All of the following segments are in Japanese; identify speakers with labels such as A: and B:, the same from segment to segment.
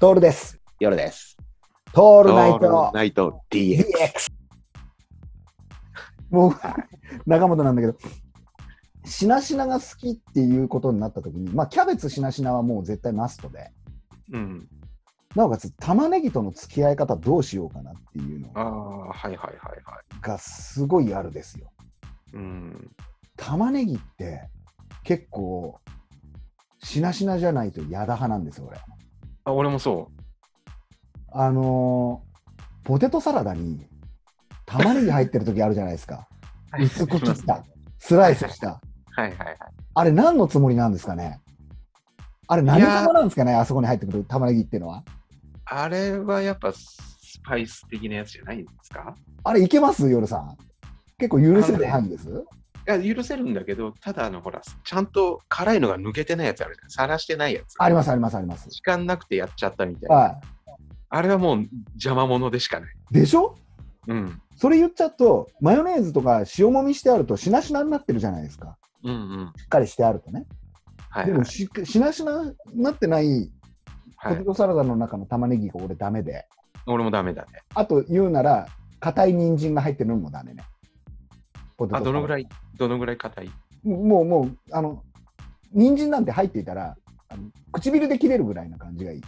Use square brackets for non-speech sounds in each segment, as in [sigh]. A: トールです。
B: 夜です。
A: トー
B: オ
A: ルナイト
B: ナイト
A: DX。
B: DX。
A: もう、中本なんだけど、しなしなが好きっていうことになった時に、まあ、キャベツしなしなはもう絶対マストで、
B: うん。
A: なおかつ玉ねぎとの付き合い方どうしようかなっていうの
B: ああ、はいはいはいは
A: がすごいあるですよ。
B: い。うん。
A: 玉ねぎって結構、しなしなじゃないとやだ派なんですよ、俺。
B: あ、俺もそ
A: あのーポテトサラダに玉ねぎ入ってる時あるじゃないですか。
B: う。
A: 薄く切
B: [laughs]
A: った、スライスした。
B: はいはいはい。
A: あれ何のつもりなんですかねあれ何様なんですかねあそこに入ってくる玉ねぎっていうのは。
B: あれはやっぱスパイス的なやつじゃないんですか
A: あれいけます夜さん。結構許せる範囲です。
B: いや許せるんだけど、ただあのほら、ちゃんと辛いのが抜けてないやつあるじゃん。さらしてないやつ。
A: ありますありますあります。
B: 時間なくてやっちゃったみたいな。
A: は
B: あれはもう邪魔者でしかない。
A: い。でしょ
B: うん。
A: それ言っちゃうと、マヨネーズとか塩もみしてあるとしなしなになってるじゃないですか。
B: うんうん。
A: しっかりしてあるとね。
B: はい、
A: で
B: は
A: も
B: い。
A: ししなしなになってない
B: は
A: ポテ
B: い、
A: トサラダの中の玉ねぎが俺ダメで。
B: 俺もダメだね。
A: あと言うなら、硬い人参が入ってるのもダメね。ポテ
B: あ、
A: トサラダ
B: どのぐらい、どのぐらい硬い
A: もう、もう、あの、人参なんて入っていたら、あの唇で切れるぐらいな感じがいい。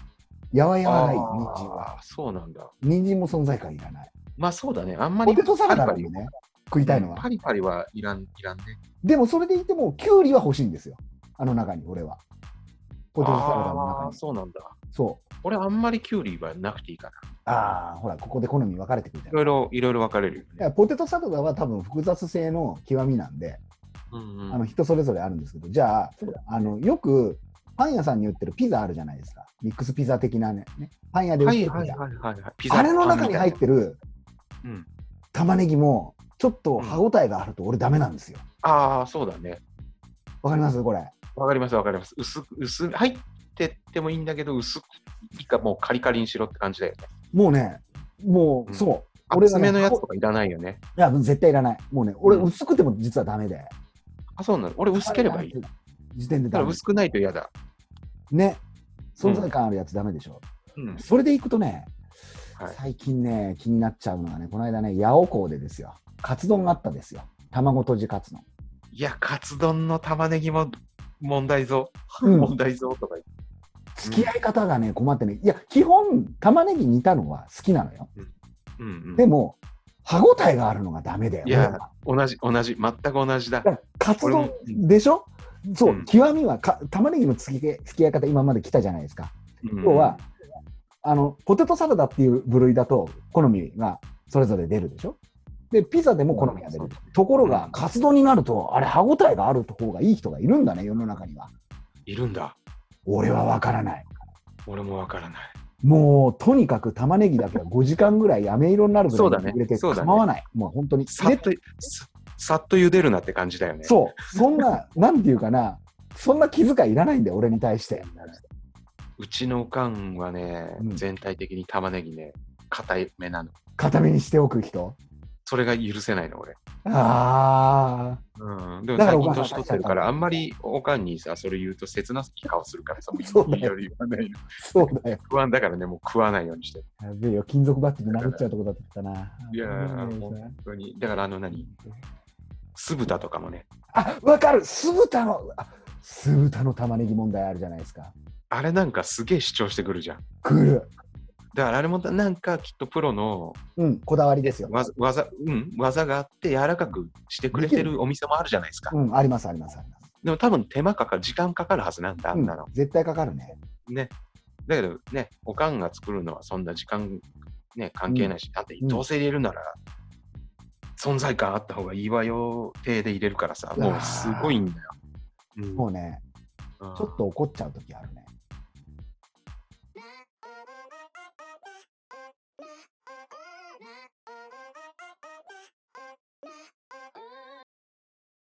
A: やわやわない、人参は。
B: あーそうなんだ。
A: 人参も存在感いらない。
B: まあそうだね。あんまり
A: ポテトサラダ
B: パ
A: だ
B: リ
A: よ
B: パリ
A: ね、食いたいのは
B: パ。リパリはいらん、いらんね。
A: でも、それでいても、きゅうりは欲しいんですよ。あの中に、俺は。ポテトサラダの中
B: あー
A: に。
B: そうなんだ。
A: そう。
B: 俺、あんまりキュウリはなくていいかな。
A: ああ、ほら、ここで好み分かれてくるじゃ
B: い
A: ない
B: ろいろ、いろいろ分かれるよ
A: いや
B: ね。
A: ポテトサラダは多分複雑性の極みなんで、
B: うんうん
A: あの人それぞれあるんですけど、じゃあ、あのよくパン屋さんに売ってるピザあるじゃないですか。ミックスピザ的なね。ねパン屋で売っ
B: は
A: てる
B: い
A: ピザ。
B: はいはいはいはい。ピ
A: あれの中に入っ
B: パン
A: てる
B: みたいなうん、
A: 玉ねぎも、ちょっと歯応えがあると俺ダメなんですよ。
B: ああ、そうだね。
A: わかりますこれ。
B: わかりますわかります。薄く、薄く、入ってってもいいんだけど、薄く、いいかもうカリカリにしろって感じだよね。
A: もうね、もう、
B: うん
A: そう。俺
B: 厚
A: がね
B: めのやつとかいらないよね。
A: いや、絶対いらない。もうね、俺
B: うん
A: 薄くても実はダメで。
B: あ、そうなの。俺、薄ければいい。。
A: 時点で
B: た
A: ダ
B: だ
A: メ。
B: 薄くないと嫌だ。
A: ね。存在感あるやつダメでしょ。
B: うん。
A: それでいくとね、
B: はい
A: 最近ね、気になっちゃうのはね、この間ね、八百港でですよ。カツ丼があったですよ。卵とじカツ丼。
B: いや、カツ丼の玉ねぎも問題ぞ。 [laughs]
A: うん
B: 問題ぞとか言って
A: 付き合い方がね、困ってね、いや、基本、玉ねぎ煮たのは好きなのよ。
B: うんうん
A: でも、歯ごたえがあるのがダメだよ。
B: いや
A: 俺は
B: 同じ、同じ、全く同じだ
A: だ。からカツ丼
B: これも
A: でしょそう、
B: うん
A: 極みはか玉ねぎの付き付き合い方、今まで来たじゃないですか。
B: 今
A: 要は、あの、ポテトサラダっていう部類だと、好みがそれぞれ出るでしょで、ピザでも好みが出
B: う
A: る
B: ん。
A: ところが
B: う、ん
A: カツ丼になると、あれ、歯ごたえがある方がいい人がいるんだね、世の中には。
B: いるんだ。
A: 俺は分からない。
B: 俺もわからない。
A: もうとにかく玉ねぎだけは5時間ぐらい飴色になるぐ
B: そう
A: ら
B: だ
A: い
B: ね
A: 入れて
B: そうだね
A: 構わない、もう本当に。
B: さっと、ささっと茹でるなって感じだよね。う。
A: そう、そんな、なんていうかな、そんな気遣いいらないんだよ、俺に対して。
B: うちのおかんはね、
A: うん
B: 全体的に玉ねぎね、硬いめなの。
A: 固めにしておく人。
B: それが許せないの、俺。
A: あ
B: うん。でも
A: だから
B: 最
A: お
B: 近
A: 母
B: 年
A: さん
B: 取ってるから、あんまりおかんにさ、それ言うと切なすぎ顔するからさ、も
A: そうだよ
B: いろいろ言わないよ。
A: あ、そうだよ。
B: 不安だからね、もう食わないようにしてる。
A: やべえよ、金属バットで殴っちゃうとこだったな。
B: いやー、本当に。だからあの何、酢豚とかもね、
A: あ、わかる、酢豚の、あ酢豚の玉ねぎ問題あるじゃないですか。
B: あれなんかすげえ主張してくるじゃん。
A: 来る。
B: だからあれもなんかきっとプロの
A: うん、こだわりですよ。
B: 技技,、うん、技があって柔らかくしてくれてるお店もあるじゃないですか。
A: うん、あります、あります、あります。
B: でも多分手間かかる、時間かかるはずなんだ、あ
A: うんん
B: なの。、
A: 絶対かかるね。
B: ね。だけどね、おかんが作るのはそんな時間、ね、関係ないし、だってどうせ入れるなら、存在感あった方がいいわよ、手で入れるからさ、
A: うわー
B: もうすごいんだよ。うん
A: もうね、
B: うん
A: ちょっと怒っちゃうときあるね。